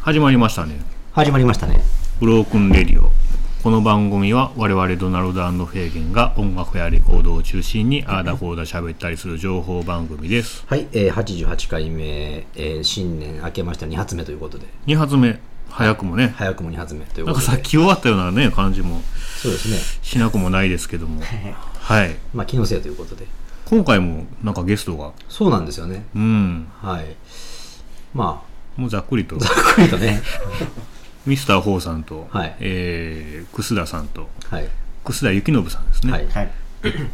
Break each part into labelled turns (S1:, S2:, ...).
S1: 始まりましたね
S2: 始まりましたね
S1: ブロークンレディオこの番組は我々ドナルドフェーゲンが音楽やレコードを中心にあーだこーだ喋ったりする情報番組です
S2: はい、えー、88回目、えー新年明けました2発目ということで
S1: 2発目早くもね
S2: 早くも2発目という
S1: な
S2: こ
S1: んか
S2: とで
S1: さっき終わったようなね感じも
S2: そうですね、
S1: しなくもないですけどもはい
S2: まあ、気のせいということで
S1: 今回もなんかゲストが
S2: そうなんですよね
S1: うん
S2: はいま
S1: もうざっくり と
S2: あざっくりとね
S1: ミスターホーさんと、
S2: はい
S1: えー、楠田さんと
S2: はい
S1: 楠田幸信さんですね、
S2: はい
S3: はい。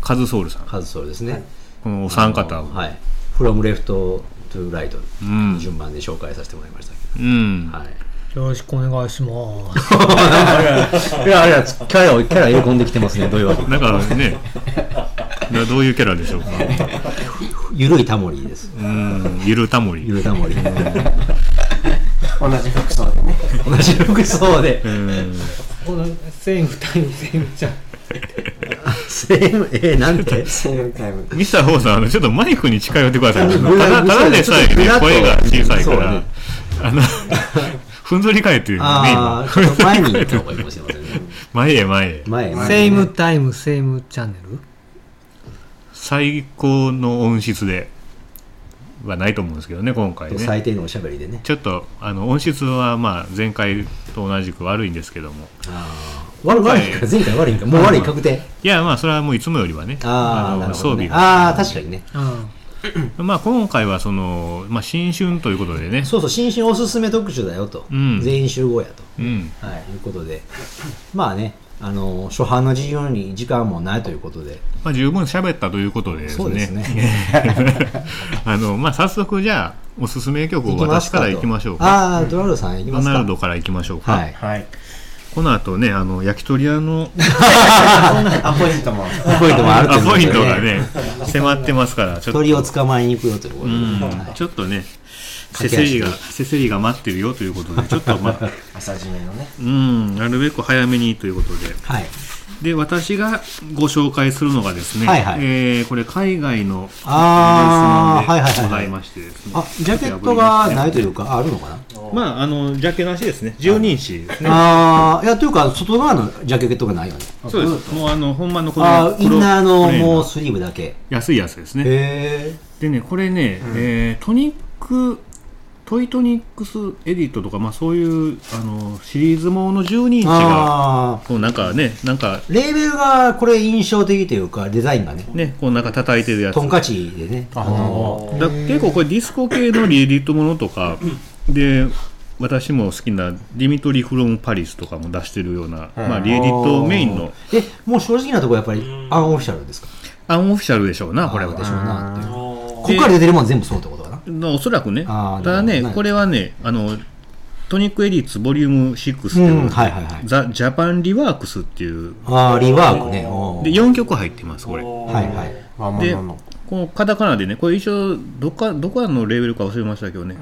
S1: カズソウルさん
S2: カズソルですね、
S1: このお三方を
S2: はいフロムレフトトゥライト
S1: うん
S2: 順番で紹介させてもらいました
S1: う
S2: け
S1: ん
S2: ど、はい
S4: よろしくお願いします。
S2: いやあれはキャラをキャラ喜んできて ますねどういうわけ
S1: なんかねなどういうキャラでしょうか
S2: ゆるいタモリです
S1: うんゆるタモリ
S2: ゆるタ モリ
S3: 同じ服装でね。
S2: 同じ服装で
S1: うん
S4: この千二人千ちゃん。
S2: セームえー、なんて
S3: セームタイム。
S1: ミスターホーさんあのちょっとマイクに近寄ってくださいた
S2: ごめん
S1: だただでさえね
S2: ちょっと
S1: 声が小さいか
S2: そう
S1: ら、
S2: ね
S1: あのふんぞり返ってるよね
S2: あ
S1: 今
S2: あ、ちょっと前に行った方がいいかもしれませんね。
S1: 前へ前へ
S2: 前、前。
S4: セイムタイムセイムチャンネル。
S1: 最高の音質ではないと思うんですけどね今回ね
S2: 最低のおしゃべりでね。
S1: ちょっとあの音質はまあ前回と同じく悪いんですけども
S2: 悪い、悪いか、前回悪いんか、もう悪い確定。
S1: いやまあそれはもういつもよりはね
S2: ああ、な
S1: の
S2: る
S1: 装
S2: ほど、
S1: 備
S2: ね。
S1: が
S2: ああ、確かにね。
S4: うん。
S1: まあ今回はその、まあ、新春ということでね
S2: そうそう、新春おすすめ特集だよと。
S1: うん
S2: 全員集合やと。
S1: うん
S2: はい、いうことで。まあね、あの、初版の授業に時間もないということで。
S1: まあ、十分喋ったということでですね
S2: そうですね
S1: あの、まあ、早速じゃあおすすめ曲を私からいきましょうか
S2: ああー、ドナルドさん行き
S1: ド
S2: ますか。
S1: ナルドからいきましょうか、
S2: はい。
S3: はい。
S1: この後ねあの焼き鳥屋の
S3: アポイントも。
S2: ポイントもあると
S1: ア
S2: いうこ
S1: ポ
S2: と
S1: イ
S2: で、
S1: ントが。ね迫ってますからちょっと
S2: 鳥を捕まえに行くよということ
S1: う
S2: で。
S1: ん
S2: はい
S1: ちょっとねせ
S2: 駆け
S1: せ
S2: 足
S1: り
S2: で
S1: がせせりが待ってるよということでちょっとま あ
S3: 朝締めのね。
S1: うんなるべく早めにということで
S2: はい。
S1: で私がご紹介するのがですね、
S2: はいはい
S1: えーこれ海外のニュースのでござ
S2: あーはいはいはいいはい
S1: ましてですね
S2: あ、ジャケットがないというか、あるのかな
S1: まああのジャケなしですね十人誌ですね
S2: ああ、いや、というか、外側のジャケットがないよね。
S1: そうですもうあの本間のこの
S2: ああ、インナーの
S1: 黒
S2: もうスリーブだけ。
S1: 安いやつですね
S2: へ
S1: でねこれね、えートニックトイトニックスエディットとか、まあ、そういうあのシリーズものの12イン
S2: え。
S1: チが
S2: ああ、
S1: こうなんかねなんか
S2: レーベルがこれ印象的というか、デザインがね、
S1: ねこうなんか叩いてるやつ
S2: トンカチでね。あの
S1: だ結構これディスコ系のリエディットものとかで私も好きなディミトリ・フロム・パリスとかも出してるような、まあ、リエディットメインの。
S2: え、もう正直なところやっぱりアンオフィシャルですか
S1: アンオフィシャルでしょうなこれは
S2: でしょうなっていう。ここから出てるもん全部そうってことかな。
S1: まあおそらくね
S2: あ
S1: た
S2: ー
S1: だ
S2: なる
S1: ね
S2: ほどね
S1: これはねあのトニックエディッツボリューム6って
S2: う
S1: い
S2: ん、
S1: う、
S2: はいはいはい。
S1: ザ・ジャパン・リワークスっていう
S2: ああ、リワークね。おー
S1: で4曲入ってますこれ
S2: はいはい。
S3: まあまあ
S1: で
S3: まあまあ
S1: このカタカナでねこれ一応どっかどこかのレベルか忘れましたけどね、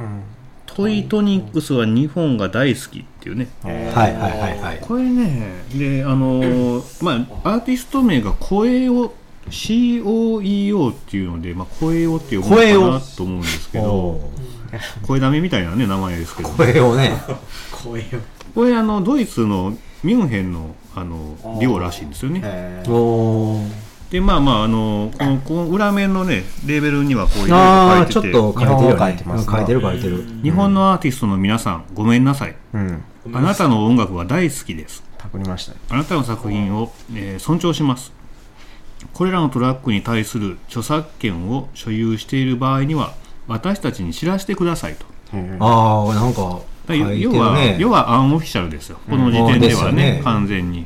S1: トイトニックスは日本が大好きっていうね、
S2: はいはいはいはい。
S1: これねであの ーまあアーティスト名が声を COEO っていうので、まあ、声をっていうの
S2: 声
S1: か
S2: を
S1: なと思うんですけど
S2: おー
S1: 声だめみたいなね名前ですけど
S2: これをね、
S1: これあのドイツのミュンヘンのあの寮らしいんですよね
S3: えー
S2: おー
S1: でまあまああのこのこの裏面のねレーベルにはこうい
S2: あ
S1: ろ
S2: あ、
S1: い
S2: ちょ
S1: ろ書
S2: っ
S1: いてて
S2: と変えてるよ
S3: 日本語変え
S2: ね
S3: て。
S2: う
S3: ま
S2: ん
S3: すな
S2: 変えてる変えてる。
S1: 日本のアーティストの皆さんごめんなさい
S3: うん。
S1: あなたの音楽は大好きです
S3: パクりました。
S1: あなたの作品を、えー尊重しますこれらのトラックに対する著作権を所有している場合には私たちに知らせてくださいと
S2: ああ、なんか
S1: だ
S2: 書いてる
S1: 要は、
S2: ね。
S1: 要はアンオフィシャルですよこの時点では
S2: うんです
S1: ね,、
S2: よね
S1: 完全に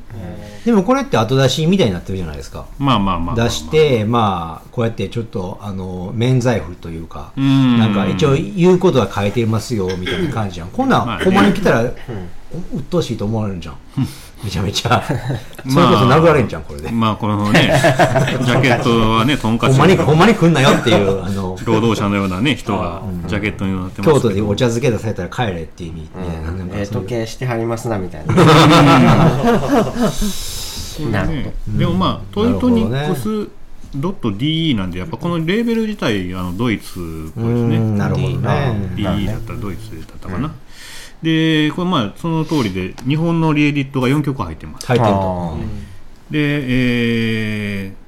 S2: でもこれって後出しみたいになってるじゃないですか。
S1: まあまあまあまあまあ
S2: 出して、まあ、こうやってちょっと、あの、免罪符というか、
S1: うん
S2: なんか一応言うことは変えてますよ、みたいな感じじゃん。こん
S1: ま
S2: な
S1: あ
S2: ん、
S1: ね
S2: ほんまに来たら、うっとうしいと思われるじゃん。めちゃめち ゃ。それこそ殴られんじゃん、これで。
S1: まあこ のねジャケットはねとんか
S2: ほ
S1: つ
S2: んまに、ほんまに来んなよっていう、あの、
S1: 労働者のようなね人がジャケットになってます
S2: 京都
S1: け
S2: で
S1: ど
S2: お茶漬け出されたら帰れっていう意味みたいな。なんか
S3: ええ、
S2: そう
S3: 時
S2: いう
S3: 計してはりますなみたいな。なるほ
S1: ねでもまあトイトニック
S2: な
S1: スドット DE なんでやっぱこのレーベル自体あのドイツっぽいですね
S2: うんなるほどね
S1: DE だったらドイツだったかな、でこれまあその通りで日本のリエディットが4曲入ってます
S2: 入ってると。
S3: あ
S1: で、えー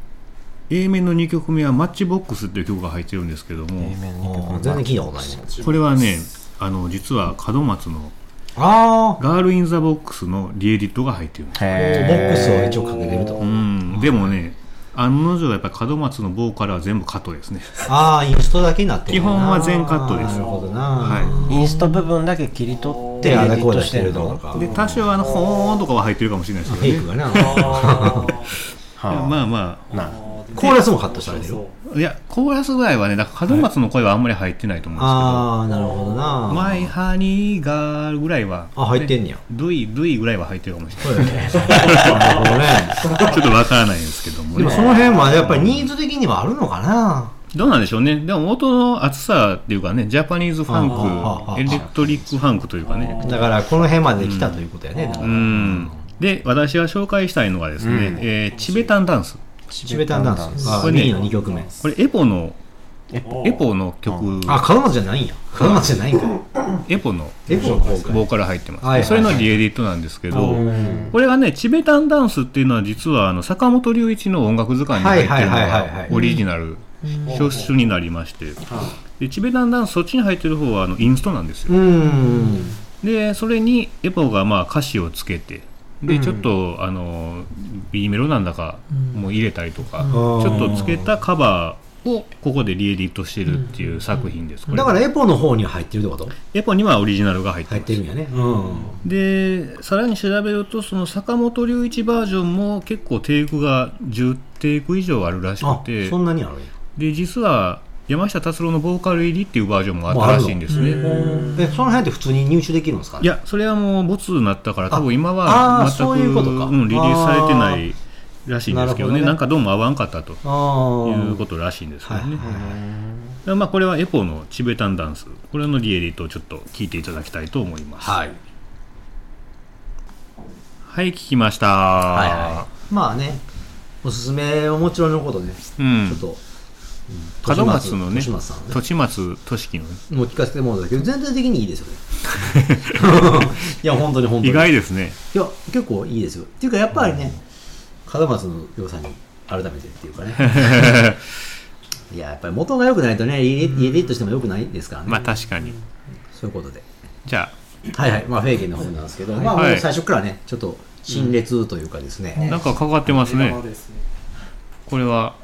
S1: A 面の2曲目は「マッチボックス」っていう曲が入ってるんですけど
S3: ー
S1: も
S3: A 面に
S2: もう全然聞いたことないね。
S1: これはねあの実は門松の
S2: あ
S1: 「ガール・イン・ザ・ボックス」のリエディットが入ってるんです
S2: あ、ボックスを一応かけてると
S1: う。んでもね案の定やっぱり門松のボーカルは全部カットですね
S2: ああ、インストだけになってる
S1: 基
S2: な
S1: 本は全カットです
S2: なるほどな。
S1: は
S3: インスト部分だけ切り取って
S2: で、あれ
S3: エディ
S2: こ
S3: ッ
S2: う
S3: ト
S2: だしてるのか
S1: い。で多少あの「ほーん」とかは入ってるかもしれないです
S2: フ
S1: け
S2: ェイ
S1: ど
S2: ク
S1: ね
S2: がな。
S3: は
S1: まあまあ
S3: あなあ
S2: コーラスもカットされてる。
S1: いやコーラスぐらいはねだから門松の声はあんまり入ってないと思うんですけど、
S2: ああ、なるほどな。
S1: マイハニーガールぐらいは、
S2: あ、入ってんねや。
S1: ドゥイ、ドゥイぐらいは入ってるかもしれ
S2: そうだよね。なるほどね。
S1: ない。 ちょっとわからないんですけども
S2: でもそ
S1: ね。
S2: の辺はやっぱりニーズ的にはあるのかな。
S1: どうなんでしょうね。でも元の厚さっていうかね、ジャパニーズファン
S2: あー
S1: ク、エレクトリックファンクというかね。
S2: だからこの辺まで来たということやね。だか
S1: う
S2: ら
S1: ん。で、私が紹介したいのがですね、
S3: うん
S1: えーチベタンダンス。
S2: チベタンダンス。あ
S1: こ
S2: ー、
S1: れね
S2: B の2曲目。
S1: これエポの、
S3: エポ
S1: エポの曲、
S2: あ、門松じゃないんや。門松じゃないんかい。
S1: エポの
S2: エポのボーカル
S1: ボーカル入って
S2: はいはい
S1: ま
S2: はい
S1: す。それのリエディットなんですけど、
S3: うん
S1: これがね、チベタンダンスっていうのは実はあの坂本龍一の音楽図鑑に入ってるの
S2: はいはいはいはいは
S1: が
S2: い
S1: オリジナル書種になりまして、でチベタンダンスそっちに入ってる方はあのインストなんです
S2: う
S1: よ。
S2: ん。
S1: で、それにエポがまあ歌詞をつけて、で、ちょっとあの B メロなんだかもう入れたりとか、ち
S2: ん
S1: ょっとつけたカバーをここでリエディットしてるっていう作品です。これ
S2: だからエポの方には入ってるってこと
S1: エポにはオリジナルが入って
S2: 入っ
S1: ます
S2: て。るんやね。うん。
S1: でさらに調べるとその坂本龍一バージョンも結構テイクが10テイク以上あるらし
S2: あ
S1: く、て
S2: そんなにあるんや。
S1: で実は山下達郎のボーカル入りっていうバージョンもあったらしいんですね
S2: で、その辺って普通に入手できるんですか
S1: いやそれはもうボツになったから多分今
S2: あ
S1: は
S2: あー
S1: 全く
S2: そういうことか
S1: ん、リリースされてないらしいんですけど
S2: なるほど
S1: ね
S2: ね
S1: なんかどうも合わんかったと
S2: ああ。
S1: いうことらしいんですけどね、
S2: はいはいはい
S1: でまあ、これはエポのチベタンダンスこれのリエリートをちょっと聞いていただきたいと思います
S2: はい。
S1: はい聞きました
S2: はいはい。まあね、おすすめはもちろんのことね、
S1: うん
S2: ちょっと、うん
S1: 門松のね、
S2: 利松さんのね、
S1: 栃松俊樹のね、
S2: もう聞かせてもらうんだけど、全体的にいいです よね。いや、本当に本当に。
S1: 意外ですね。
S2: いや、結構いいですよ。っていうか、やっぱりね、門松の良さに改めてっていう かね。いや、やっぱり元が良くないとね、家で家でとしても良くないですからね。
S1: まあ確かに。
S2: そういうことで。
S1: じゃあ、
S2: はいはい。まあ、フェイゲンの方なんですけど、まあ、も
S1: はいう
S2: 最初からね、ちょっと、陳列というかですね。
S1: なんかかかってますね。これは、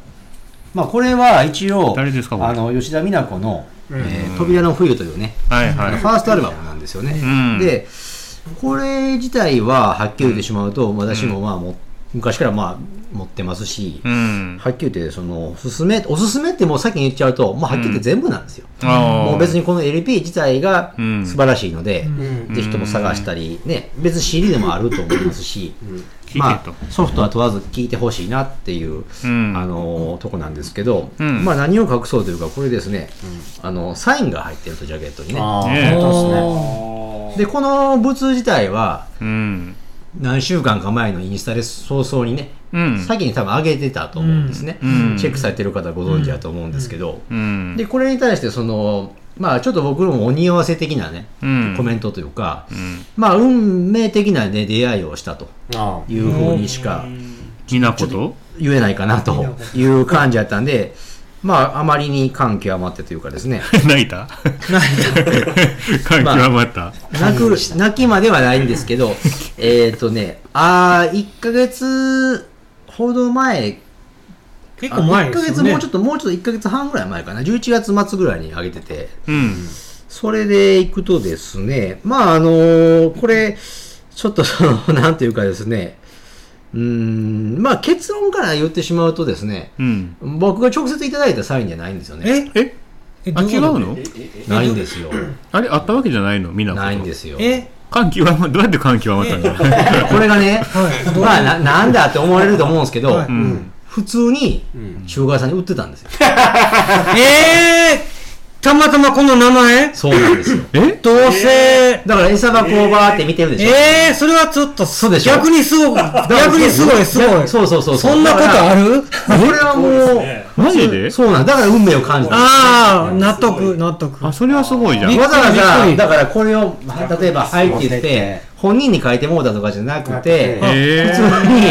S2: まあ、これは一応、
S1: 誰ですかこれ
S2: あの吉田美奈子の、えー扉の冬」というね、
S1: はい
S2: あ
S1: は
S2: の
S1: い
S2: フ。ァーストアルバムなんですよね。
S1: うん
S2: で、これ自体ははっきり言ってしまうと、私もまあも昔からまあ持ってますし、
S1: うん。
S2: はっきり言ってそのおすすめ、おすすめってもう先に言っちゃうと、もうはっきり言って全部なんですよ。
S1: あー
S2: もう別にこの LP 自体が
S1: うん
S2: 素晴らしいので、
S3: ん
S2: ぜひとも探したり、ね、別に CD でもあると思いますし、
S1: 聞けと
S2: まあ、ソフトは問わず聞いてほしいなっていう、
S1: うん
S2: あのーとこなんですけど、
S1: うん
S2: まあ何を隠そうというか、これですね、あのサインが入ってると、ジャケットにね。
S3: あ
S1: ねえ
S3: ー本
S2: で、この物自体は、
S1: うん。
S2: 何週間か前のインスタで早々にね、
S1: うん。
S2: 先に多分上げてたと思うんですね、
S1: うん
S2: チェックされてる方ご存知だと思うんですけど、
S1: うん。
S2: でこれに対してそのまあちょっと僕らもお匂わせ的なね、
S1: うん
S2: コメントというか、
S1: うん。
S2: まあ運命的なね出会いをしたと
S3: 当ですねあ
S2: いうふうにしか
S1: きなこと
S2: 言えないかなという感じやったんで、まああまりに感極まってというかですね、
S1: 泣いた 感極まった。
S2: 泣く、泣きまではないんですけど、えっとね、ああ、1ヶ月ほど前、
S4: 結構前
S2: 1
S4: で
S2: ヶ
S4: す
S2: 月
S4: よね
S2: もうちょっと、もうちょっと1ヶ月半ぐらい前かな、11月末ぐらいに上げてて、
S1: うん。
S2: それで行くとですね、まあ、あのこれ、ちょっとその、 なんていうかですね、うーん、まあ結論から言ってしまうとですね、
S1: うん。
S2: 僕が直接いただいたサインじゃないんですよね。
S4: え
S1: え
S4: え
S1: あ、
S4: どい
S1: 違
S4: こと
S1: うの
S2: ないんですよ。
S1: あれ、あったわけじゃないのみなこと。
S2: ないんですよ。
S4: え
S1: 感極ま、どうやって感極まったんだろう
S2: これがね、
S4: はい
S2: まあな、なんだって思われると思うんですけど、
S4: はい
S1: うん。
S2: 普通に、塩川さんに売ってたんですよ。
S4: えー、たまたまこの名前
S2: そうなんですよ。
S1: え
S4: どうせ、
S2: だから餌箱をバーって見てるでしょ。
S4: えー、それはちょっと、
S2: そうでしょ
S4: 逆にすごい、逆にすごい、すごい。
S2: そうそうそう。
S4: そんなことあ
S2: る
S4: る
S2: これはもう、
S1: マジで
S2: そうそうなんだから運命を感じた。
S5: ああ、納得、納得。
S1: あそれはすごいじゃん
S2: わざわ
S5: びっく
S2: ざ、
S5: り
S2: だからこれを、例えば、はいって言
S3: 持
S2: っ
S3: ってて、
S2: 本人に書いてもうたとかじゃなくて、
S3: あ
S1: え
S2: 普通に、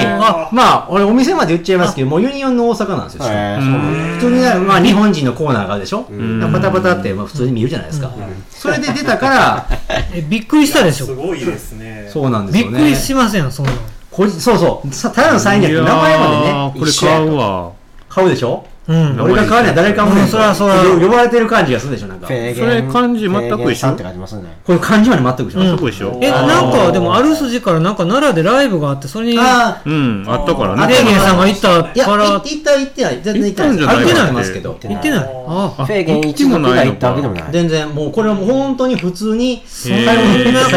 S2: まあ、俺お店まで言っちゃいますけど、もうユニオンの大阪なんですよ。
S3: え
S1: う
S3: ー
S1: ん
S2: 普通にね、まあ日本人のコーナーがあるでしょ
S1: ん
S2: だからパタパタって、まあ普通に見るじゃないですか。それで出たから、
S5: えびっくりしたでし
S6: す
S5: ょ。
S6: ごいですね。
S2: そうなんです
S5: び
S2: よ
S5: っ
S2: ね。
S5: くりしません、そんなの。
S2: こじそうそう。さただのサインじゃ
S1: い
S2: な
S1: やー
S2: くて、名前までね、
S1: これ買うわ
S2: 買うでしょ
S5: うん。
S1: 名前
S2: 俺が買わには誰かもね
S5: うんそらそら
S2: 呼呼ばれてる感じがするでしょなんか。
S3: フェーゲ
S1: そ
S3: ン
S1: れ漢字全く一緒
S3: フェーゲンさんって書いてますね。
S2: これ漢字まで全く一緒なん
S1: す
S2: ですよ
S1: ごいでしょ
S5: え、
S6: あー
S5: なんか、でも、ある筋から、なんか、奈良でライブがあって、それに、レ
S2: あ
S1: うんあったから
S2: あ
S1: ね
S5: ーゲンさんが行った
S2: あ、いや、
S5: から、
S2: 行
S5: 行
S2: っ行った行ってない。全然行ってないです。
S1: 行ったんじゃない
S2: 歩けますけど。
S5: ってない。あ
S1: あ
S5: あ。
S3: フェーゲン一族が行ったわけでもない。
S2: 全然、もうこれはもう本当に普通に、
S1: へ
S2: そ
S1: ー
S5: そんなこ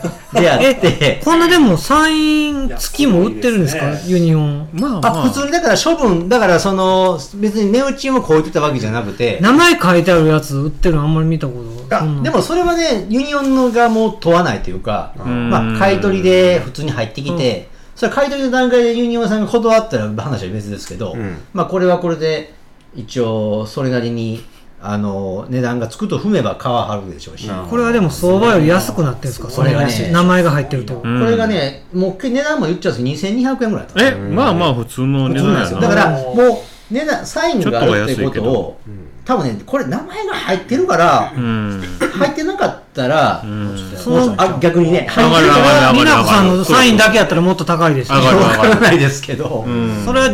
S5: と
S2: とでやって、
S5: こんなでも、サイン付きも売ってるんですか
S6: いやす
S5: ユニオン。
S1: まあま
S2: あ、普通にだから処分、だからその、別に値打ちを超えてたわけじゃなくて、
S5: 名前書いてあるやつ売ってるのあんまり見たことが。そん
S2: あ
S5: な
S2: でもそれはね、ユニオンのがもう問わないというか、
S1: ん
S2: まあ、買い取りで普通に入ってきて、それ買い取りの段階でユニオンさんが断ったら話は別ですけど、
S3: うん
S2: まあ、これはこれで、一応、それなりに、あの、値段がつくと踏めば皮はるでしょうし、
S3: な
S2: こ
S5: これはでも相場より安くなってるんですかそれが
S2: これがね
S5: 名前が入ってると。
S1: うん
S2: れがね、もう値段も言っちゃうんですけど、2200円ぐらいだった。
S1: えまあまあ普通の値
S2: そうなんですよ。
S1: 段
S2: だ
S1: や
S2: か
S1: な
S2: ら、もう、値段、サインがあるっていうこ
S1: ち
S2: と
S1: ょっとお
S2: を、多分ね、これ名前が入ってるから
S1: う、ん
S2: 入ってなかったら、
S1: うん
S5: その
S2: あ逆にね、
S1: 上がる上がる上がる
S5: 美奈子さんのサインだけやったらもっと高いですよ
S1: 上がる
S2: わからないですけど、
S1: うん
S5: それは、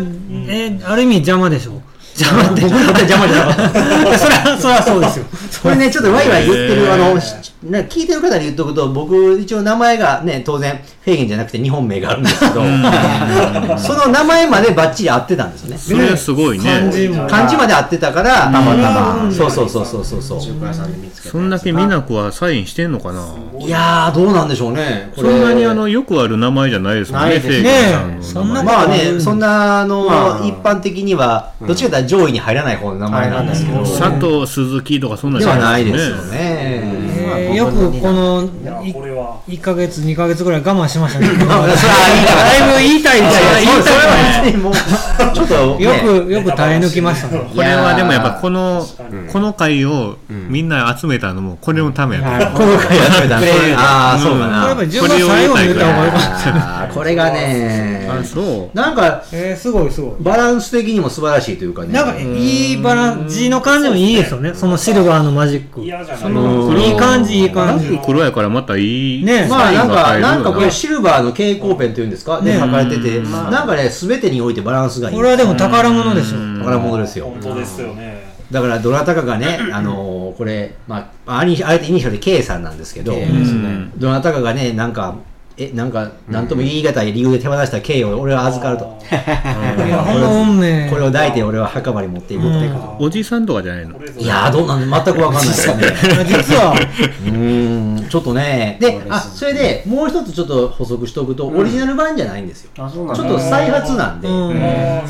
S5: えーある意味邪魔でしょ邪魔って。
S2: 僕にとっては邪魔じゃなかっ
S5: そりゃ、そりゃそうですよ。
S2: た。これね、ちょっとワイワイ言って
S1: へ
S2: る、
S1: ー
S2: あの、しな聞いてる方に言っとくと、僕、一応名前がね、当然、フェーゲンじゃなくて日本名があるんですけど、 その名前までバッチリ合ってたんですよね。
S1: それはすごい
S5: 漢字
S1: ね
S5: も。
S2: 漢字まで合ってたから、
S3: たまたま
S2: そうそうそうそうそうそう。
S3: 中華屋さんで見つけた。
S1: そんだけ美奈子はサインしてんのかない
S2: やー、どうなんでしょうね。こ
S1: そ
S2: れ
S1: んなにあのよくある名前じゃないですもん
S3: な
S1: ね
S3: い
S1: フ
S3: です
S1: ェー
S3: ね
S1: ゲンさんの
S5: そんな
S2: まあね、そんな、あの、
S3: まあ
S2: 一般的には、どっちかというと上位に入らない方の名前なんですけど、
S3: うん
S1: 佐藤鈴木とかそんなん
S2: で
S1: じゃ
S2: はないですよ
S1: もん
S2: ね。
S5: えーよくこの
S6: いや、これは。
S5: 1ヶ月、2ヶ月ぐらい我慢しましたね。
S2: まあそれはいいから
S5: だいぶ言いたい
S2: い
S5: で
S2: や
S5: す
S2: いやそう
S5: よ。言い
S2: それ
S5: た
S2: はい別にもう、ちょっと、ね、
S5: よく、よく耐え抜きましたね。
S1: これはでもやっぱこの
S3: ん
S1: この回をみんな集めたのもこれのためやった
S3: はい
S2: この回やめたんですねああ、
S1: うん
S2: そうか
S5: これやっ
S2: な
S5: ぱ。順番最後に言った方がよかっ
S2: あーこれがね、
S1: あそう
S2: なんか、
S5: た。えー、すごいすごい。
S2: バランス的にも素晴らしいというかね。
S5: なんか、いいバランス、字の感じもいいですよね。そのシルバーのマジック。
S6: 嫌じゃない。
S1: その
S5: いい感じ、いい感じ。
S1: 黒黒やからまたいい
S5: ねえ
S2: まあなんか、なんかこれ
S1: っ
S2: シルバーの蛍光ペンというんですかね、
S5: ね
S2: 書かれてて、
S1: うん
S2: なんかね、すべてにおいてバランスがいい。
S5: これはでも宝物でしょ。
S2: 宝物ですよ
S6: 本。当ですよね。
S2: だから、どなたかがね、あのーこれ、まあ、あにあえてイニシャルで K さんなんですけど、
S3: えーですね
S2: どなたかがね、なんか、え、なんか、なんとも言い難い理由で手放した K を俺は預かると。
S5: いや、ほんま運命。
S2: これを抱いて俺は墓場に持っていこうっていうこ
S1: おじさんとかじゃない の
S6: これぞ
S2: と。いやー、どうなん全くわかんないですよね。
S5: 実は、
S2: うーん、ちょっとね。で、あ、それで、もう一つちょっと補足しておくと、オリジナル版じゃないんですよ。
S3: あ、そうな
S2: ちょ
S3: ん
S2: っ
S3: だ
S2: と再発なんで。
S5: う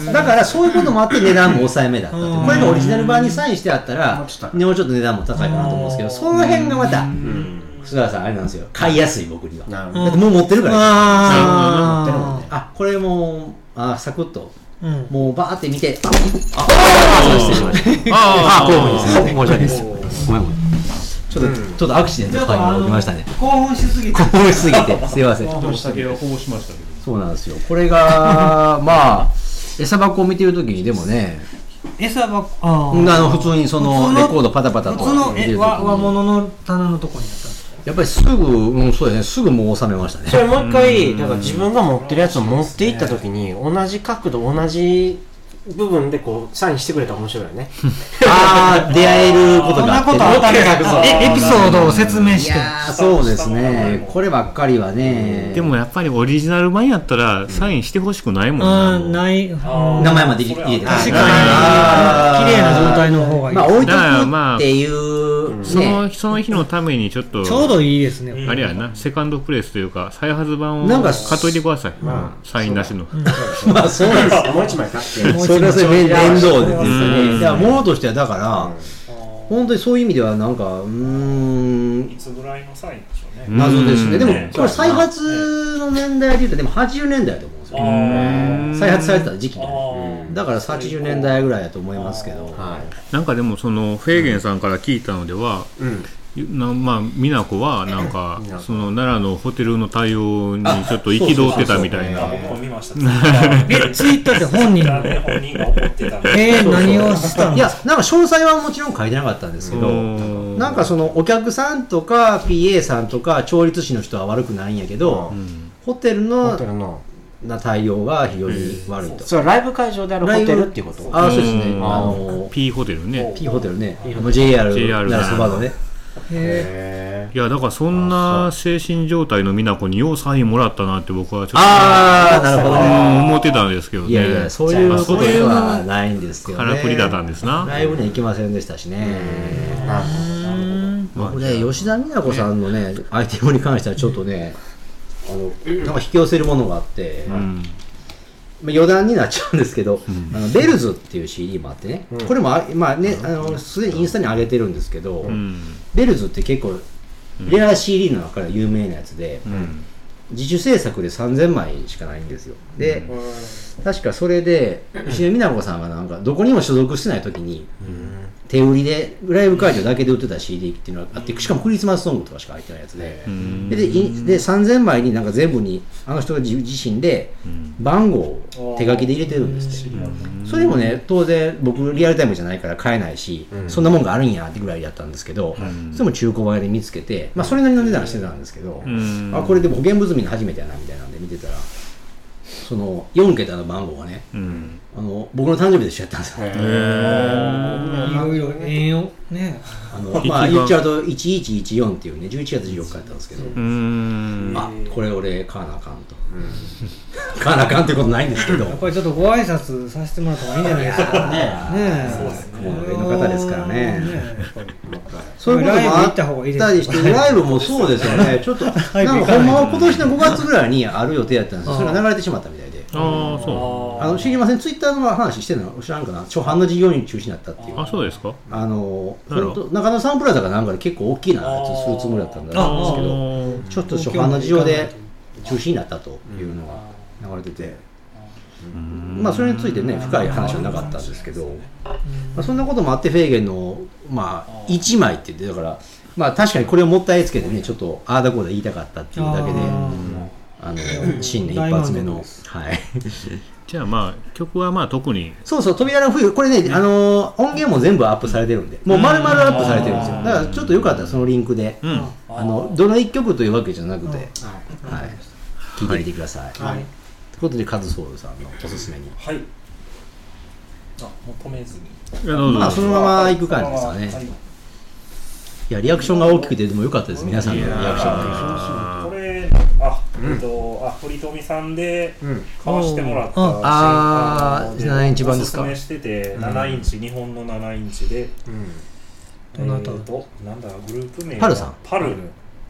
S5: ん。
S2: だからそういうこともあって値段も抑えめだったって
S5: うん
S2: これがオリジナル版にサインしてあったら
S3: もうちょっと
S2: もうちょっと値段も高いかなと思うんですけどその辺がまた須田さんあれなんですよ買いやすい僕にはだ
S3: なる
S5: う
S3: ほど。
S5: ん
S2: ってもう持ってるから
S5: あ
S3: なるほどな持ってるもん ね
S2: あこれもあサクッと
S5: ーうん。
S2: もうバーって見てあ
S1: あ
S2: あ
S1: あ
S2: あ
S1: あ
S2: 申し訳ないですごめんごめんちょっとちょっとアクシデントが起きましたね
S5: 興奮しすぎて。
S2: 興奮しすぎてすいません
S1: お酒をこぼしましたけど
S2: そうなんですよこれが まあ餌箱を見てるときにでもね
S5: 餌箱、あ
S2: あ
S5: ー
S2: の普通にその
S5: 普通
S2: レ
S5: の
S2: コードパタパタと
S5: 普通の
S2: 見てる時
S5: え
S2: に
S5: 和和物の棚のとこにあったんです
S2: やっぱりすぐ、うん、そうですね、すぐもう収めました
S3: そ
S2: ね。
S3: れもう一回、だから自分が持ってるやつを持っていったときに、同じ角度、同じ部分でこう、サインしてくれたら面白いよ ね。
S2: ああ、出会えることがあって、
S5: かえエピソードを説明
S2: い
S5: し
S2: や
S5: て
S2: ーそうですね、こればっかりはね、
S1: でもやっぱりオリジナル版やったらサインしてほしくないもん
S5: あー
S1: な
S5: ない
S6: あー
S2: 名前まで入れ入れて
S6: 確
S5: かに
S2: あー
S5: 綺麗な状態の方がいい
S2: まあ、置いと
S1: だからま
S2: く
S1: あ
S2: っていう、
S1: そ
S2: ね、
S1: のその日のためにちょっと
S5: ちょうどいいですね、
S1: あれやなセカンドプレイスというか再発版を
S2: なんか
S1: 買っといてくださいサインなしの
S2: まあ、そうなんです
S3: もう一枚買って。
S5: もう一
S2: それはそれ面面倒でです
S1: う
S2: ね。
S1: ん
S2: いや、ものとしては、だから、本当にそういう意味では、なんか、うーん
S6: い、つぐらいのサインでしょうね。
S2: 謎ですね。でも
S6: うん、
S2: これ、再発の年代で言うと、でも80年代だと思うんですよ。
S6: あ
S2: 再発されてた時期
S6: ー
S2: がね。
S6: あー。
S2: だから80年代ぐらいだと思いますけど、
S3: は
S1: なんかでもそのフェーゲンさんから聞いたのでは、
S3: い。うん。
S1: なまあ美奈子はなんか
S3: 美奈子
S1: その奈良のホテルの対応にちょっと憤ってたみたい
S2: そうそうそ
S1: な
S2: う
S6: あ僕も見ました。
S4: え、ツイッターで本 人の。
S6: で本人が怒ってたんで。
S4: えー、何をしたの
S2: いや、なんか詳細はもちろん書いてなかったんですけど、
S1: うん
S2: なんかそのお客さんとか PA さんとか調律師の人は悪くないんやけど、
S1: うん
S2: ホテル
S3: ホ
S2: の
S3: テルの。
S2: な対応が非常に悪いと。
S3: それはライブ会場であるホテルっていうこ
S6: ライ
S3: と
S6: ブ
S2: ああ、そうですね。あ
S1: うん
S2: の、
S1: P ホテルね
S2: P ホテルね
S3: P ホテ。ル
S2: もう JR
S1: JR
S2: ならそばのね。
S4: え
S1: い
S3: へ
S1: やだからそんな精神状態の美奈子にようサインもらったなって僕はちょっと
S2: ああ、なるほどね。
S1: うん思ってたんですけどね
S2: いやいや、そういう
S1: まあ
S2: こと
S1: そう
S2: で
S1: いう
S2: はないんですけどね。
S1: からくりだったんですな
S2: ライブには行きませんでしたしね。
S3: え。なるほ
S1: まあ
S2: 僕ね、吉田美奈子さんのね、アイテムに関してはちょっとね、あの、なんか引き寄せるものがあって、
S1: う
S2: まあ
S1: ん
S2: 余談になっちゃうんですけど、あのベルズっていう CD もあってね、
S3: うん
S2: これもあ、まあね、あの、すでにインスタに上げてるんですけど、
S1: うん
S2: ベルズって結構、レア CD の中で有名なやつで、
S1: うん
S2: 自主制作で3000枚しかないんですよ。で、確かそれで、石井美奈子さんがなんか、どこにも所属してない時に、手売りで、ライブ会場だけで売ってた CD っていうのがあって、しかもクリスマスソングとかしか入ってないやつで
S1: う、ん
S2: ででいで3000枚になんか全部に、あの人が自自身で番号を手書きで入れてるんですって。それもね、当然僕リアルタイムじゃないから買えないし、
S3: うん
S2: そんなもんがあるんやってぐらいだったんですけど、
S1: ん
S2: それも中古買いで見つけて、まあそれなりの値段してたんですけど、
S1: うん
S2: あこれでも保険物みの初めてやなみたいなんで見てたら、その4桁の番号がね、
S1: うん
S2: あの僕の誕生日で一緒やったんですよ。
S1: へえ
S4: ー、いろいろ栄養ね。
S2: あのまあ言っちゃうと1114っていうね、11月14日やったんですけど、
S1: うん
S2: あこれ俺買わなあかんと。買わなあかんってことないんですけど、
S4: やっぱりちょっとご挨拶させてもらった方がいいんじゃないです か。ね
S3: ね
S4: え。
S6: そうですね
S2: 高齢の方ですからね
S4: やっぱり
S2: そういうこともあ
S4: ライブ行った方がいいです
S2: った りして、ライブもそうですよね、ちょっと、なん
S4: ライブ行
S2: か
S4: か
S2: ほ
S4: ない
S2: んまは今年の5月ぐらいにある予定やったんですよ、それが流れてしまったみたいで、
S1: ああそ
S2: あの知りません、ツイッターの話してるの知らんかな、初版の事業に中止になったっていう
S1: う、あそうですか
S2: あの
S1: なるほ
S2: 本
S1: ど
S2: 当中野サンプラザかなんかで結構大きなやつするつもりだったんだと思
S1: あ
S2: うんで
S1: ー
S2: すけど、ちょっと初版の事情で中止になったというのが流れてて、まあ、それについてね、深い話はなかったんですけど。まあ、そんなこともあってフェーゲンの、まあ、1枚って言ってだから、まあ、確かにこれをもったいつけてねちょっとああだこうだ言いたかったっていうだけで
S4: あ
S2: あの新年一発目
S4: 大満足
S2: の
S4: で、す
S2: はい、
S1: じゃあまあ曲はまあ特に
S2: そうそう「扉の冬」これねあの音源も全部アップされてるんでもう丸々アップされてるんですよだからちょっとよかったらそのリンクで
S1: うん
S2: あのどの1曲というわけじゃなくて、はい聞いてみてください、
S3: はい
S2: ということでカズソウルさんのおすすめに、
S6: はい。あ、もう止めずに。
S1: いやどうぞ
S2: まあそのまま行く感じですかね、
S6: はい
S2: いやリアクションが大きくてでもよかったです皆さんのリアクションが
S6: これ、あ、えっと、あ、堀富さんで
S3: うん
S6: 買わしてもらった
S2: うんああー
S6: 新刊
S2: 7インチ版ですか
S6: おすすめしてて、7インチ、日本の7インチで。
S4: どなた
S6: えーと、なんだ、グループ名は。
S2: パルさん
S6: パル。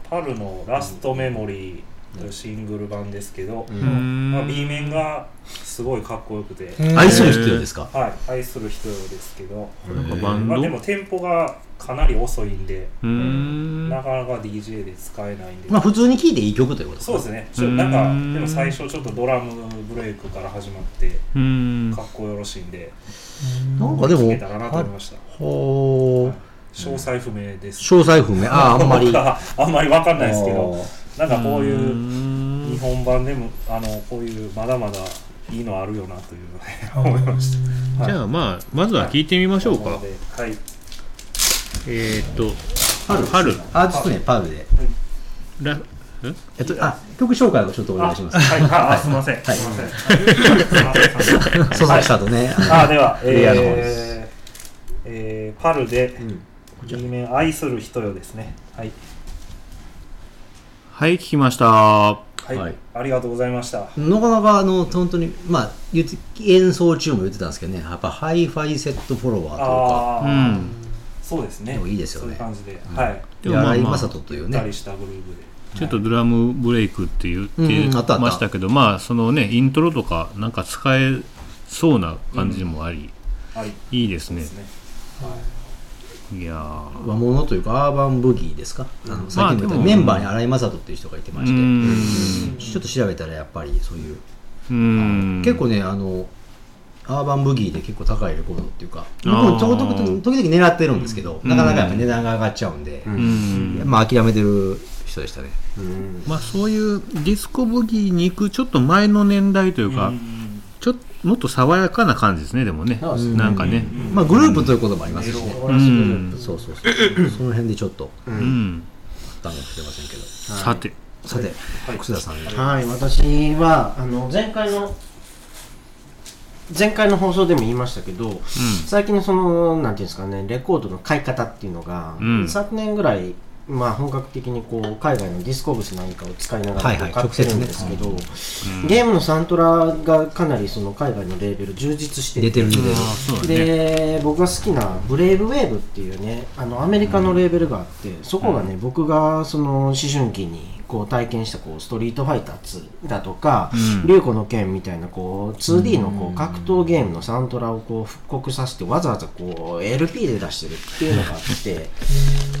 S6: パルのラストメモリーというシングル版ですけど、
S1: うーん
S6: まあ、B 面がすごいかっこよくて、
S4: うん
S2: 愛する必要ですか、
S6: はい、愛する人ですけど、
S1: なんかバン
S6: まあ、
S1: ド
S6: でもテンポがかなり遅いんで、
S1: うーん
S6: なかなか DJ で使えないんで、
S2: まあ普通に聴いていい曲ということ
S6: そうですね、ち
S1: う
S6: ょ
S1: ん
S6: なんか、でも最初、ちょっとドラムブレイクから始まって、
S1: うーん
S6: かっこよろしいんで、
S2: なんかで
S6: 聴
S2: も
S6: けたらなと思いました。
S2: ほー
S6: 詳細不明です。
S2: 詳細不明あああんま り
S6: あんまりわかんないですけど、
S2: あ
S6: なんかこう
S1: うー
S6: いう、日
S1: ん
S6: 本版でも、あのこういう、まだまだいいのあるよなというのをね思いました。
S1: じゃあまあまずは聞いてみましょう
S6: な
S1: か
S6: のではい、
S1: えーっと
S2: 春
S1: 春
S2: ーアーティストねパルで、
S1: ラん
S2: えっと、あ曲紹介をちょっとお願いします
S6: はい、あ、あすみません。す
S2: はい
S6: みません。すいません
S2: 佐々木さんとね、
S6: あでは、
S2: レイヤーの方
S6: えーえーパルで、
S2: ちら
S6: B 面愛する人よですね。はい、
S1: はい聞きました
S6: はい、
S2: はい
S6: ありがとうございました。
S2: なかなかあの本当にまあ言って演奏中も言ってたんですけどねやっぱハイファイセットフォロワーというか
S6: あ
S1: う
S6: あ、
S1: ん
S6: そうですね。
S2: でもいいですよね
S6: そういう感じで、はい。
S1: でもまあ
S2: ライ・
S1: ま
S2: マ
S1: あ
S2: サトとい
S6: ゆ
S2: う
S6: った
S2: ね
S6: りしたグループ
S1: ちょっとドラムブレイクって言って
S2: うんあったあった
S1: ましたけどまあそのねイントロとかなんか使えそうな感じもあり
S6: で、はい、
S1: いいですね
S6: ですね。
S1: いやー
S2: 和物というかアーバンブギーですか、あのさっきも言っ
S1: ま
S2: た
S1: あでも
S2: メンバーに新井正人っていう人がいてま
S1: う
S2: して、
S1: ーん
S2: ちょっと調べたらやっぱりそういう、
S1: うーん
S2: 結構ねあのアーバンブギーで結構高いレコードっていうか、
S1: あー
S2: 僕もちょこちょこ時々狙ってるんですけど、
S1: うん
S2: なかなかやっぱ値段が上がっちゃうんで、
S3: うん
S1: うん
S2: まあ諦めてる人でしたね。
S3: うん
S1: まあ、そういうディスコブギーに行くちょっと前の年代というか、ちょっともっと爽やかな感じですねでもね
S3: そうですね
S1: なんかね
S2: まあグループということもありますしね。
S1: うん、
S2: そうそうそう。その辺でちょっと、
S3: う
S1: うんん
S2: たんかもしれませんけど。
S1: さて
S2: さて、楠田さんが。
S3: はい、私はあの前回の前回の放送でも言いましたけど、最近のそのなんていうんですかね、レコードの買い方っていうのが、
S1: うん
S3: 昨年ぐらいまあ本格的にこう海外のディスコブスなんかを使いなが
S2: は
S3: ら
S2: いはい
S3: 買ってるんですけど、ゲームのサントラがかなりその海外のレーベル充実して
S2: 出てるんで、
S1: ああそうだね
S3: で僕が好きなブレイブウェーブっていうねあのアメリカのレーベルがあって、そこがね僕がその思春期にこう体験したこうストリートファイター2だとか
S1: うん
S3: 竜子、の剣みたいなこう 2D のこう格闘ゲームのサントラをこう復刻させてわざわざこう LP で出してるっていうのがあって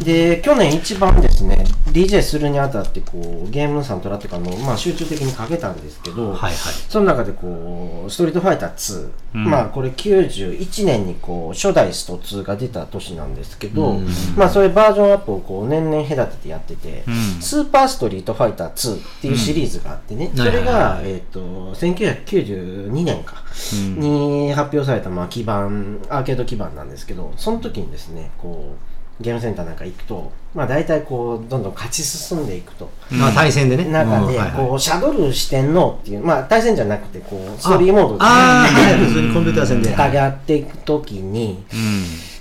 S3: で去年一番ですね DJ するにあたってこうゲームのサントラっていうかあの、まあ、集中的にかけたんですけど、
S2: はいはい。
S3: その中でこう、ストリートファイター2、
S1: うん
S3: まあこれ91年にこう、初代スト2が出た年なんですけど、
S2: うん
S3: まあそういうバージョンアップをこう、年々隔ててやってて、
S1: うん
S3: スーパーストリートファイター2っていうシリーズがあってね、
S2: うん
S3: それ
S2: はい
S3: が、えっ、と、1992年か、
S1: うん
S3: に発表された、まあ基盤、アーケード基盤なんですけど、その時にですね、こう、ゲームセンターなんか行くと、まあ大体こう、どんどん勝ち進んでいくと。
S1: うん
S2: まあ対戦でね。
S3: 中
S2: うん
S3: で
S2: はい、はい
S3: こう、シャドル四天王っていう、まあ、対戦じゃなくて、こう、ストーリーモードで、
S2: ああ、はい、普通にコンピューター戦で。
S3: 戦っていくときに、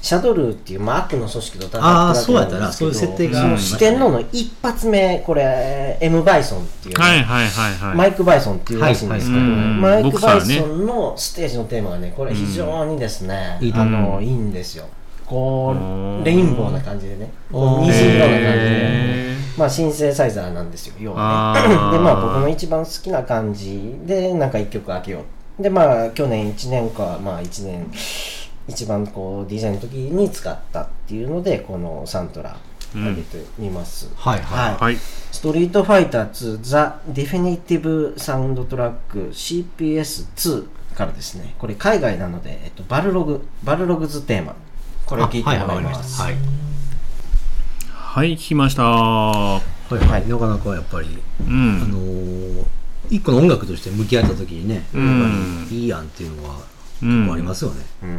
S3: シャドルっていう、まあ、悪の組織と戦って
S2: ああ、そうや
S3: わ
S2: っ
S3: け
S2: た
S3: なん
S2: ら、
S3: です
S2: そうい
S3: けど
S2: う設定が
S3: そ
S2: あり
S3: の
S2: まし
S3: 四
S2: たね。
S3: 天王の一発目、これ、M バイソンっていう、
S1: はいはいはいは
S3: マ
S1: い
S3: イク・バイソンっていうらしいんですけど、
S1: はいはいうん
S3: マイ
S1: ボ
S3: ク・
S1: クサ
S3: バイ
S1: ーね
S3: ソンのステージのテーマがね、これ非常にですね、
S2: うん
S3: あ
S1: う
S3: の、
S1: ん
S3: いいんですよ。こ
S1: うん
S3: う、レインボーな感じでね、こ
S2: おー
S3: う虹色な感じで。
S1: へ
S3: まあ、シンセサイザーなんですよ、要はね。
S1: あー
S3: で、まあ、僕の一番好きな感じで、なんか一曲あげよう。で、まあ、去年1年か、まあ、1年、一番こう、デザインの時に使ったっていうので、このサントラ、あげてみます。
S2: はいはい。
S1: ーはい
S3: ストリートファイター2ザ・ディフィニティブサウンドトラック CPS2 からですね、これ海外なので、えっと、バルログ、バルログズテーマ。これ聞いてもらいます。
S2: はい。
S1: はい聞きました
S2: はいはい。なかなかやっぱり、
S1: う
S2: あ
S1: ん
S2: のー、一個の音楽として向き合った時にね、
S1: うん
S2: やっぱりいいやんっていうのは、
S1: うん
S2: ありますよね。
S3: うん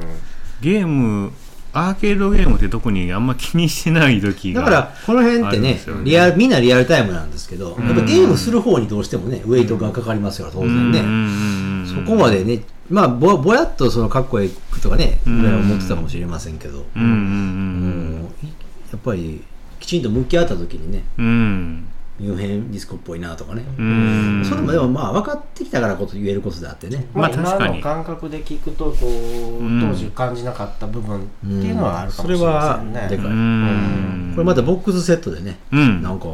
S1: ゲームアーケードゲームって特にあんま気にしてない時が
S2: だから、この辺って
S1: あるんで
S2: ね
S1: すよね
S2: リアル、みんなリアルタイムなんですけど、やっぱゲームする方にどうしてもね、ウェイトがかかりますから、当然
S1: うんう
S2: ね。
S1: んうん
S2: そこまでね、まあ、ぼぼやっとそのかっこいいとかね、ぐらいは思ってたかもしれませんけど、
S1: うんうん
S2: もうやっぱり、きちんと向き合った時にね、
S1: うんうん
S2: ミュンヘンディスコっぽいなとかね。
S1: うん
S2: それもでもまあ分かってきたからこと言えることであってね。
S1: ま
S3: ま
S1: あ
S3: あ、
S1: 確か
S3: 今
S1: に
S3: の感覚で聞くとこ
S1: う
S3: う、
S1: ん
S3: 当時感じなかった部分っていうのはあるかもしれませんね。
S2: それはで
S1: う
S2: かい
S1: ん
S2: これまたボックスセットでね、
S1: うん
S2: なんか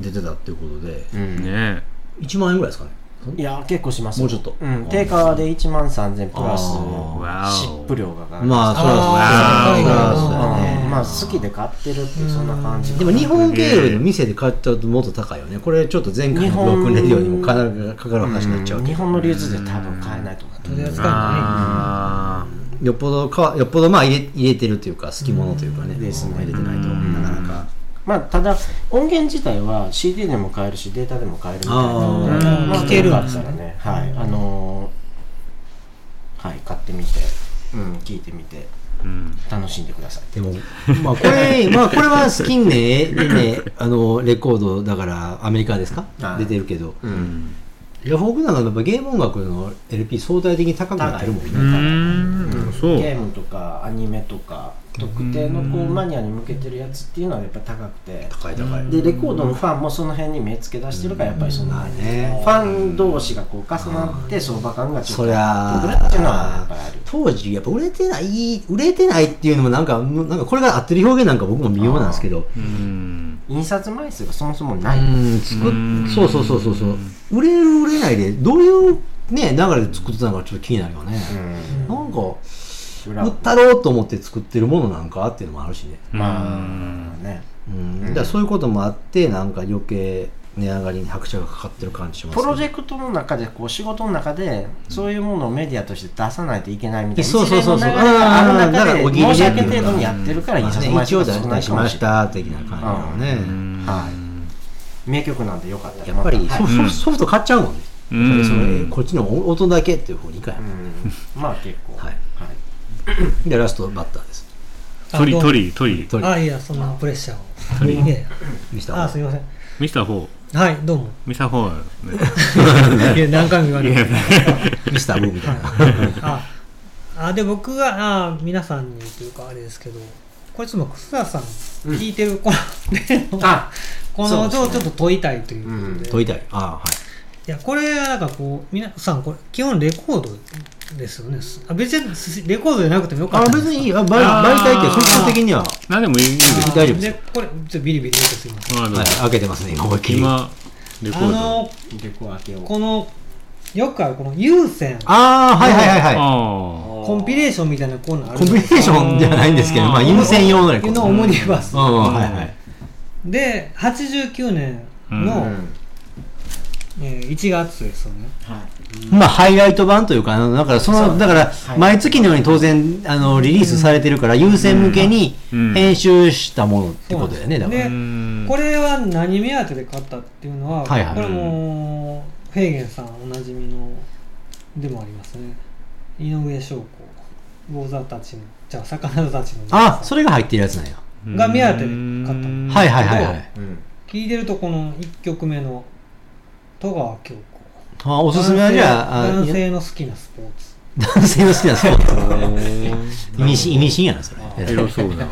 S2: 出てたっていうことで、
S3: うん
S1: ね
S2: 1万円ぐらいですかね。
S3: いや結構します
S2: もうちょっと
S3: ん、定価で1万3000プラス
S1: あー
S3: 湿布量がかかる
S2: まあ、そう
S1: あー
S2: だそう
S3: うん
S2: だね。
S3: まあ好きで買ってるっていうそんな感じか
S2: で
S3: な
S2: も日本ゲームの店で買ったともっと高いよね。これちょっと前回のブロックレディオにもかなりかかる話になっちゃう
S3: うん
S2: け
S3: 日
S2: ど、
S3: 本の流通で多分買えないと思う
S4: 取り
S3: うん
S4: 扱いな
S1: あ
S2: よっぽどか、よっぽどまあ入れ入れてるというか、好き者というかね、
S3: ですね
S2: 入れてないとなかなか。
S3: まあただ音源自体は CD でも買えるしデータでも買えるみたいなの
S2: あ
S3: で
S4: ー
S3: まあ
S4: 聞けるん
S3: よ
S4: だ
S3: かったらねはいあのーはい買ってみてうん聞いてみて
S1: ーうん
S3: 楽しんでください
S2: でも、 まあこ れ、まあこれはスキンね、で ね、あの、レコードだからアメリカですか
S3: はい
S2: 出てるけど。
S3: うん
S2: いや、フォークなんかやっぱゲーム音楽の LP 相対的に高くなってるもん
S1: う
S2: ね。
S1: んそう
S3: ゲームとかアニメとか特定のこうマニアに向けてるやつっていうのはやっぱ高くて
S2: 高い高い。
S3: でレコードのファンもその辺に目つけ出してるからやっぱりその
S2: まあね
S3: ファン同士がこう重なって相場感がちょっ
S2: そ
S3: と
S2: り
S3: あ
S2: ゃ
S3: ってくるっていうのはやっぱりある
S2: 当時やっぱ売れてない売れてないっていうのもなんかむなんかこれが合ってる表現なんか僕も微妙なんですけど
S1: うん
S3: 印刷枚数がそもそもな
S2: う
S3: い、
S2: ん作っ
S1: うん
S2: そうそうそうそうそう売れる売れないでどういうね流れで作ってたのかちょっと気になるよね、なんか
S3: 裏
S2: 売ったろうと思って作ってるものなんかっていうのもあるしね、
S3: まあね
S2: うん
S3: うん
S2: だからそういうこともあってなんか余計値上がりに拍車がかかってる感じします
S3: プ
S2: けど
S3: ロジェクトの中でこう仕事の中でそういうものをメディアとして出さないといけないみたいな
S2: そうそうそうそう
S3: 一連の流れがある
S2: あーなんか
S3: 中
S2: お
S3: で
S2: ぎり
S3: 申
S2: で
S3: し訳程度にやってるから印刷
S2: ね
S3: 枚
S2: 一
S3: 数
S2: 応
S3: が
S2: 出
S3: 少ない
S2: しました的な感じのね、
S3: はい名曲なんでよかった
S2: やっぱり
S3: はい
S2: ソフトソフト買っちゃうもんね、
S1: う
S2: やっぱりその
S1: ん
S2: こっちの音だけっていう方にいかへん、
S3: うんまあ結構
S2: はい
S3: はい
S2: でラストバッターです
S1: トリ
S5: あ
S1: トリトリ
S2: トリ
S5: あ、いや、そんなプレッシャーを。いやいや
S2: ミスタ
S5: あ、
S2: ー
S5: すみません。
S1: ミスター4
S5: はい、どうも。
S1: ミスター4、
S5: いや、何回も言われる。
S2: ミスタームーみたいな
S5: あ、あで、僕は、あ皆さんにというか、あれですけど、これ、つまり、楠田さん、聞いてるこの、
S3: あ
S5: この音をちょっと問いたいということで。
S2: 問いたいああはい
S5: いや、これはなんかこう、皆さん、これ、基本レコードですよね。あ別にレコードじゃなくてもよか
S2: あ
S5: ったんです
S2: 別
S5: か
S2: にいいよあ媒媒体ってその的には、は
S1: 何でもいいんで
S5: あー
S2: 大丈夫ですよ
S5: これ、ちょっとビリビリ出てすいません。
S1: あの、
S2: い、開けてますね今思いっきり
S1: 今レコー
S5: あ
S1: ド
S5: の、
S2: 結構開けよ
S5: この、よくある、この有線、
S2: ああはいはいはいは
S1: あ
S5: コンピレーションみたいなコーナーあ
S2: い
S5: る
S2: コンビネーションじゃないんですけどまあ優先用のレコー
S5: の
S2: ド
S5: オ
S2: うん
S5: モニバス。
S2: はいはい
S5: で、89年の、えー1月ですよね。
S2: まあハイライト版というかあのだからそのだから毎月のように当然あのリリースされてるから優先向けに
S1: うん
S2: 編集したものってことだよねだから
S5: で
S1: ーう、ん
S5: これは何目当てで買ったっていうのは、
S2: はいはい
S5: これもうフェーゲンさんおなじみのでもありますね井上翔子魚座たちのじゃあ魚たちの
S2: あそれが入ってるやつなんや
S5: が目当てで買った
S1: うん
S2: はいはいはいはい
S5: 聞いてるとこの1曲目の戸川京子
S2: あおすすめはじゃああ
S5: 男
S2: いや
S5: 性の好きなスポーツ
S2: 男性の好きなスポーツ意味深意味深やなそれ
S1: エロそうな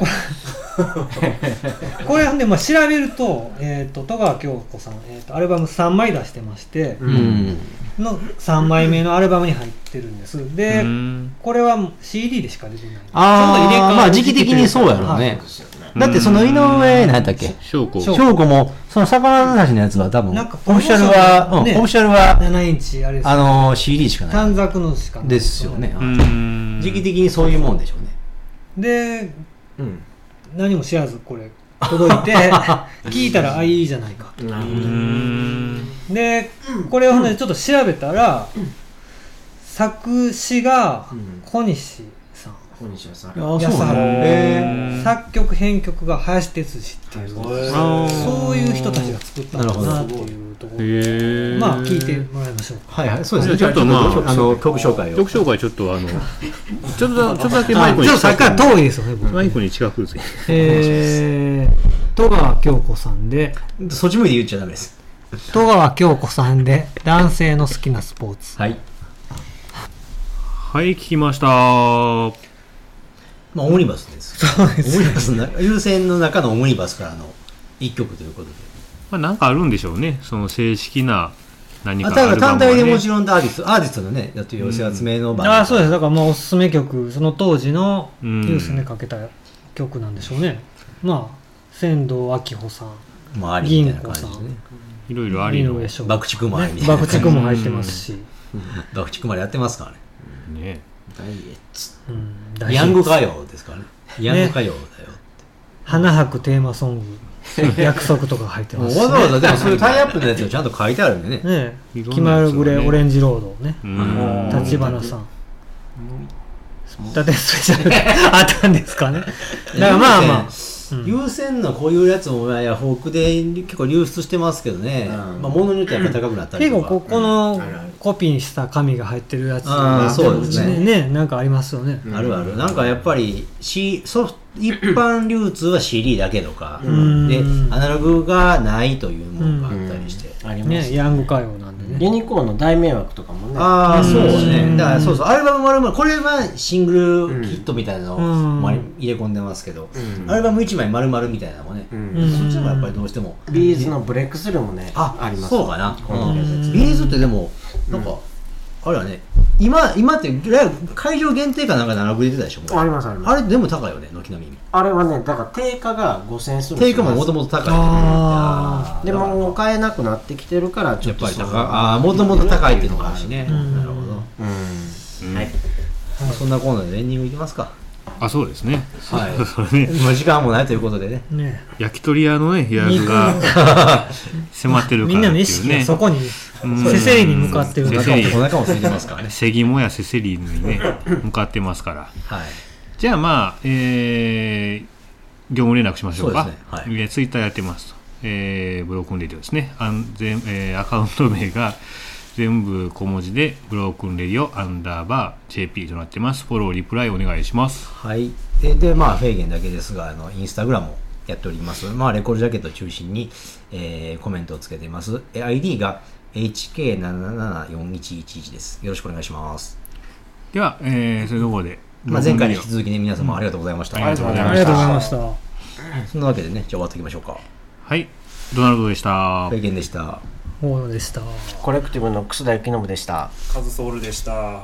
S5: これほんでまあ調べると,、えー、と戸川京子さん、えー、とアルバム3枚出してまして
S2: う、ん
S5: の3枚目のアルバムに入ってるんです で、
S1: うん
S5: これはもう CD でしか出てない
S2: あ
S5: ちょうど入れ替わ
S2: あ
S5: る
S2: まあ時期的にそうやろうねだってその井上何やったっけ
S1: 証拠
S5: 証
S2: 翔子もその魚刺しのやつは多分オ
S5: なんか
S2: フィシャルはうん
S5: ね
S2: オフィシャルは
S5: 7インチあれです
S2: あの CD しかない
S5: 短冊のしかない
S2: ですよね。
S1: うん
S2: 時期的にそういうもんでしょうね。
S5: で
S3: うん
S5: 何も知らずこれ届いて聞いたらあいいじゃないか
S3: なるほ
S1: う
S3: ど
S1: ん
S5: でこれをねちょっと調べたら作詞が
S3: うん
S5: 小西さん
S3: 小西はさ
S2: あ
S5: そうなんだ
S2: へ
S5: 作曲編曲が林哲司っていう
S1: あー
S5: そういう人たちが作ったんだなっていうところ
S1: へえ
S5: まあ聞いてもらいましょう
S2: はいはい、そうですね。
S1: じゃあちょっとまあ
S2: じゃあの曲紹介を。
S1: 曲紹介ちょっとあのちょっとだちょっとだけマイク
S5: あ
S1: に
S5: ちょっとさっき
S1: 近
S5: から
S1: く
S5: 遠いですよね僕
S1: マイクに近くですね
S5: えー、戸川京子さんで
S2: そっち向いて言っちゃダメです。
S5: 戸川京子さんで男性の好きなスポーツ
S2: はい。
S1: はい聞きましたは
S2: まあオムニバスです。そうです。オムニバスの中優先の中のオムニバスからの一曲ということで。
S1: まあ、なんかあるんでしょうね、その正式な何か
S2: あ、
S1: ア
S2: だから
S1: ルバ
S2: 単
S1: ムはね
S2: 体でもちろんアーティスト、アーティストのね、やってる寄せ集めの場合
S5: ああそうですだからまあおすすめ曲その当時の
S1: うん
S5: ニュースにかけた曲なんでしょうね、まあ仙道明穂さん
S2: もありみたいな感じで
S5: 銀
S2: ね。
S1: いろいろあり
S5: 井
S1: の。
S5: 上翔
S2: 爆竹もありみたいな。
S5: 爆竹も入ってますし、
S2: 爆竹もありやってますからね。
S1: ね、
S5: うん、
S2: ヤング歌謡ですからね。ヤング歌謡だよ。
S5: 花博テーマソング約束とか入って
S2: も
S5: ま
S2: う
S5: すし
S2: わざわざ、でもそういうタイアップのやつをちゃんと書いてあるんでね。
S5: ね
S1: いろんなやつをね
S5: 気まぐれオレンジロードね
S1: うん
S5: 立花さん伊達スペシャルがあったんですかねだからまあまあ
S2: 優先のこういうやつもヤフオクで結構流出してますけどね、まあ物によってはやっぱ高くなったり
S5: 結
S2: と
S5: 構
S2: か
S5: ここのコピーした紙が入ってるやつ
S2: あーそうですね
S5: ねなんかありますよね
S2: あるあるなんかやっぱり、C、ソフト一般流通は CD だけとか、
S5: ん
S2: でアナログがないというものがあったりして、
S3: あります
S5: ねヤング歌謡なんでね
S3: ユニコーンの大迷惑とかもね
S2: ああそうです
S5: うん
S2: ねだからそうそうアルバムもアルバムこれはシングルキットみたいなのを
S5: うん
S2: まあ入れ込んでますけど、アルバム1枚丸々みたいなのもね、
S5: うん
S2: そっちもやっぱりどうしても
S3: ビーズのブレイクスルーもね
S2: あ
S3: あります
S2: そうかな、
S3: の
S2: うん
S3: 季
S2: ビーズってでもなんか、あれはね今今ってライブ会場限定かなんか並ぶ出てたでしょもう
S3: ありますあります
S2: あれでも高いよね軒並み
S3: あれはねだから定価が5000円するんです
S2: 定価
S3: よ
S2: ももともと高いよね
S5: あ
S2: い
S3: で
S2: やーだから
S3: も買えなくなってきてるからち
S2: や
S3: ょ
S2: っ
S3: っ
S2: ぱ
S3: と
S2: り
S3: そ
S2: 高
S3: の
S2: いああもともと高いっていうのがあるしね
S5: うん
S2: なるほど
S3: うん
S2: そんなコーナーでエンディングいきますか
S1: あそうですね
S2: はい。
S1: それね
S2: もう時間もないということでね。
S5: ね
S1: 焼き鳥屋のね予約が迫ってるか
S5: みん
S1: ら
S5: な
S1: って
S5: の意
S1: いう
S5: 識が
S1: ね
S5: そこに
S1: うん
S5: せせりに向かってる
S1: せ
S2: お
S5: だ
S1: せ
S2: 腹
S1: り
S2: もお腹も空いてますからね。
S1: セギモやセセリにね向かってますから
S2: はい。
S1: じゃあまあ、えー業務連絡しましょうか。
S2: そうですねはい
S1: えーツイッターやってますと。えーブロークンレディオですね。安全、えーアカウント名が全部小文字で、ブロークンレディオアンダーバー JP となってます。フォロー、リプライお願いします。
S2: はい。で、でまあ、フェーゲンだけですが、あの、インスタグラムをやっております。まあ、レコードジャケットを中心に、えーコメントをつけています。え ID が HK774111 です。よろしくお願いします。
S1: では、えーそういうところで。
S2: まあ、前回に
S1: ブロ
S2: 引
S1: ー
S2: き
S1: クンレディ
S2: 続きね、皆様ありがとうございました。
S1: うんありがとうござい
S5: あ
S1: ま
S5: り
S1: し
S5: がと
S1: た
S5: うございました。
S2: そんなわけでね、じゃあ終わっていきましょうか。
S1: オはい。ドナルドでした
S2: フェ。ーゲンでした。
S5: 大野でした。
S3: コレクティブの楠田幸信でした。
S6: カズソウルでした。